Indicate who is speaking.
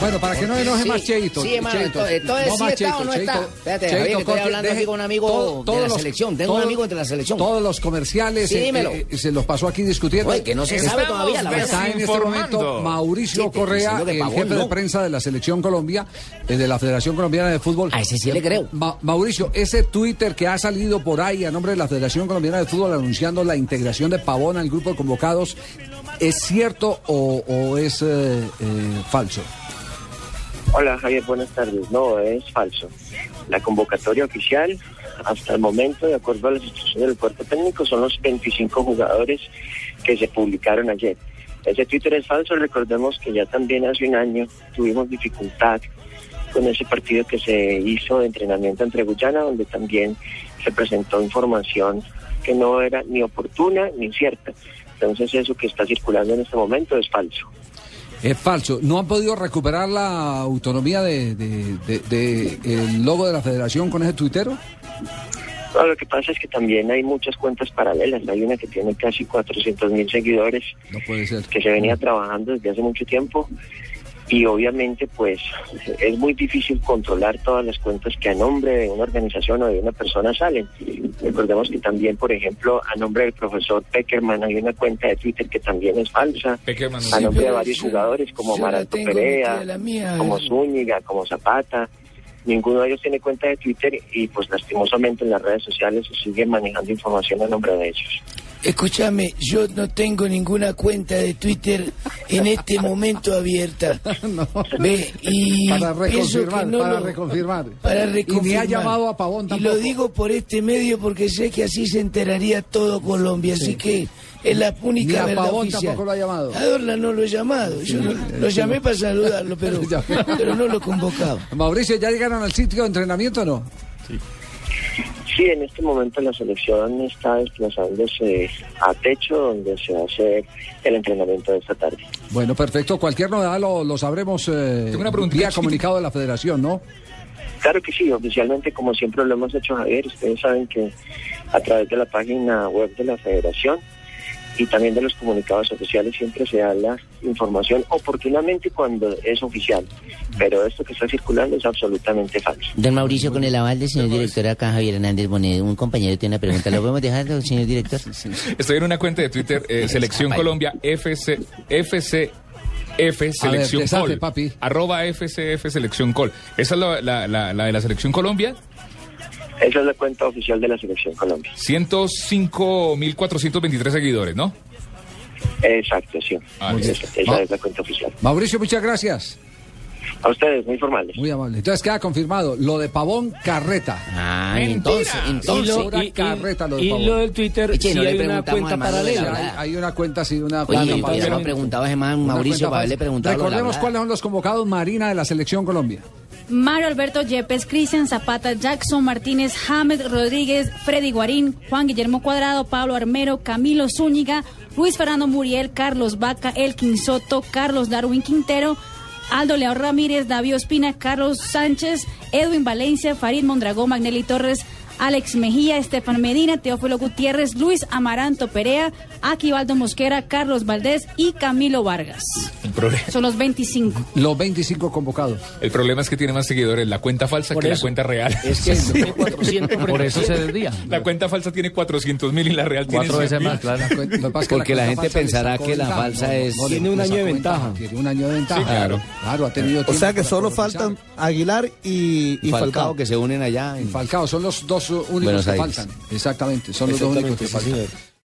Speaker 1: Bueno, para que no enoje más Cheito.
Speaker 2: Sí, hermano,
Speaker 1: Cheito,
Speaker 2: entonces, entonces
Speaker 1: no
Speaker 2: sí
Speaker 1: más
Speaker 2: está o no está. Espérate, Javier, que estoy
Speaker 1: corte,
Speaker 2: hablando aquí con un amigo de la selección, tengo un amigo de la selección.
Speaker 1: Todos los comerciales
Speaker 2: Sí,
Speaker 1: eh,
Speaker 2: dímelo.
Speaker 1: eh, se los pasó aquí discutiendo.
Speaker 2: Oye, que no se sabe todavía la
Speaker 1: Está
Speaker 2: verdad.
Speaker 1: en este momento Mauricio
Speaker 2: Sí, te
Speaker 1: Correa,
Speaker 2: diciendo que
Speaker 1: el
Speaker 2: pagó,
Speaker 1: jefe de
Speaker 2: no.
Speaker 1: prensa de la Selección Colombia, eh, de la Federación Colombiana de Fútbol.
Speaker 2: A ese sí le creo.
Speaker 1: Ma- Mauricio, ese Twitter que ha salido por ahí a nombre de la Federación Colombiana de Fútbol anunciando la integración de Pavón al grupo de convocados, ¿es cierto o, o es eh, eh, falso?
Speaker 3: Hola Javier, buenas tardes. No, es falso. La convocatoria oficial, hasta el momento, de acuerdo a las instrucciones del cuerpo técnico, son los 25 jugadores que se publicaron ayer. Ese Twitter es falso, recordemos que ya también hace un año tuvimos dificultad con ese partido que se hizo de entrenamiento entre Guyana, donde también se presentó información que no era ni oportuna ni cierta. Entonces eso que está circulando en este momento es falso.
Speaker 1: Es falso. No han podido recuperar la autonomía de, de- de- de el logo de la federación con ese tuitero.
Speaker 3: No, lo que pasa es que también hay muchas cuentas paralelas. Hay una que tiene casi 400 mil seguidores
Speaker 1: No puede ser.
Speaker 3: que se venía trabajando desde hace mucho tiempo y obviamente pues es muy difícil controlar todas las cuentas que a nombre de una organización o de una persona salen. Recordemos que también, por ejemplo, a nombre del profesor Peckerman hay una cuenta de Twitter que también es falsa.
Speaker 4: Peckerman,
Speaker 3: a
Speaker 4: sí,
Speaker 3: nombre de
Speaker 4: pero
Speaker 3: varios
Speaker 4: yo-
Speaker 3: jugadores como
Speaker 4: yo la
Speaker 3: Marato
Speaker 4: tengo metida, la
Speaker 3: Perea,
Speaker 4: mía,
Speaker 3: como
Speaker 4: eh.
Speaker 3: Zúñiga, como Zapata. Ninguno de ellos tiene cuenta de Twitter y pues lastimosamente en las redes sociales se sigue manejando información a nombre de ellos.
Speaker 4: Escúchame, yo no tengo ninguna cuenta de Twitter en este momento abierta. Ve, y
Speaker 1: Para
Speaker 4: pienso
Speaker 1: reconfirmar,
Speaker 4: que no
Speaker 1: para
Speaker 4: lo-
Speaker 1: reconfirmar.
Speaker 4: Para
Speaker 1: Y ni ha
Speaker 4: reconfirmar.
Speaker 1: llamado a Pavón
Speaker 4: Y
Speaker 1: tampoco.
Speaker 4: lo digo por este medio porque sé que así se enteraría todo Colombia. Así que es la única
Speaker 1: Ni a
Speaker 4: verdad
Speaker 1: Pavón
Speaker 4: oficial.
Speaker 1: tampoco lo ha llamado.
Speaker 4: A Dorlan no lo he llamado. Yo lo, lo llamé para saludarlo, pero, pero no lo he convocado.
Speaker 1: Mauricio, ¿ya llegaron al sitio de entrenamiento o no?
Speaker 3: Sí, en este momento la selección está desplazándose a techo donde se va a hacer el entrenamiento de esta tarde.
Speaker 1: Bueno, perfecto. Cualquier novedad lo, lo sabremos eh,
Speaker 5: Tengo una preguntita
Speaker 1: vía
Speaker 5: chiquitita.
Speaker 1: comunicado de la federación, ¿no?
Speaker 3: Claro que sí, oficialmente como siempre lo hemos hecho Javier, ustedes saben que a través de la página web de la federación y también de los comunicados oficiales siempre se da la información oportunamente cuando es oficial, pero esto que está circulando es absolutamente falso.
Speaker 2: Don Mauricio, con el aval del señor director acá, Javier Hernández Bonet, un compañero tiene una pregunta. ¿Lo podemos dejar, señor director?
Speaker 5: Estoy en una cuenta de Twitter, eh, Selección Colombia FC, FC, F Selección
Speaker 1: desate,
Speaker 5: Col.
Speaker 1: papi.
Speaker 5: Arroba FCF Selección Col. Esa es la, la- la- la de la Selección Colombia.
Speaker 3: Esa es la cuenta oficial de la selección Colombia.
Speaker 5: 105.423 seguidores, ¿no?
Speaker 3: Exacto, sí.
Speaker 5: Ah, listo.
Speaker 3: Esa, esa es la cuenta oficial.
Speaker 1: Mauricio, muchas gracias.
Speaker 3: A ustedes, muy formales.
Speaker 1: Muy amable. Entonces queda confirmado lo de Pavón Carreta.
Speaker 2: Ah, entonces,
Speaker 1: Y
Speaker 2: entonces.
Speaker 1: lo- Pura carreta lo de
Speaker 6: y
Speaker 1: Pavón.
Speaker 6: lo del Twitter,
Speaker 2: Eche,
Speaker 6: si
Speaker 2: no le
Speaker 6: hay una
Speaker 2: preguntamos
Speaker 6: cuenta
Speaker 2: al Manolo de
Speaker 1: Sí,
Speaker 2: la
Speaker 6: paralela.
Speaker 1: hay,
Speaker 2: verdad.
Speaker 1: hay una cuenta, sí, una
Speaker 2: Oye,
Speaker 1: cuenta
Speaker 2: y
Speaker 1: paralela.
Speaker 2: todavía no preguntaba además
Speaker 1: Una
Speaker 2: Mauricio
Speaker 1: cuenta
Speaker 2: para haberle
Speaker 1: falsa.
Speaker 2: preguntado lo de la
Speaker 1: Recordemos
Speaker 2: verdad.
Speaker 1: cuáles son los convocados Marina de la selección Colombia.
Speaker 7: Mario Alberto Yepes, Cristian Zapata, Jackson Martínez, James Rodríguez, Freddy Guarín, Juan Guillermo Cuadrado, Pablo Armero, Camilo Zúñiga, Luis Fernando Muriel, Carlos Vaca, Elkin Soto, Carlos Darwin Quintero, Aldo León Ramírez, David Ospina, Carlos Sánchez, Edwin Valencia, Farid Mondragón, Magnelli Torres, Alex Mejía, Estefan Medina, Teófilo Gutiérrez, Luis Amaranto Perea, Aquivaldo Mosquera, Carlos Valdés y Camilo Vargas.
Speaker 5: El, proble-
Speaker 7: Son los 25.
Speaker 1: Los 25 convocados.
Speaker 5: el problema es que tiene más seguidores la cuenta falsa
Speaker 6: Por
Speaker 5: que la
Speaker 6: eso.
Speaker 5: cuenta real.
Speaker 6: Es que tiene 400 por eso se desvía.
Speaker 5: La cuenta falsa tiene 400.000 y la real tiene
Speaker 6: Cuatro veces
Speaker 5: 100.000.
Speaker 6: más, claro.
Speaker 1: Lo que pasa es que
Speaker 8: Porque
Speaker 1: cuenta
Speaker 8: la gente
Speaker 1: falsa le
Speaker 8: pensará
Speaker 1: sacó
Speaker 8: que la
Speaker 1: ventaja.
Speaker 8: falsa es-
Speaker 1: le-
Speaker 6: Tiene un
Speaker 1: le
Speaker 6: año de
Speaker 1: sacó
Speaker 6: ventaja.
Speaker 1: Tiene un año de ventaja.
Speaker 5: Sí, claro.
Speaker 1: Claro, ha tenido
Speaker 8: O
Speaker 1: tiempo
Speaker 8: sea que
Speaker 1: para
Speaker 8: solo
Speaker 1: aprovechar.
Speaker 8: faltan Aguilar y, y Y Falcao, Falcao. que se unen allá. en-
Speaker 1: Falcao, son los dos únicos
Speaker 8: Buenos
Speaker 1: que
Speaker 8: Aires.
Speaker 1: faltan. Exactamente, son los dos únicos que faltan.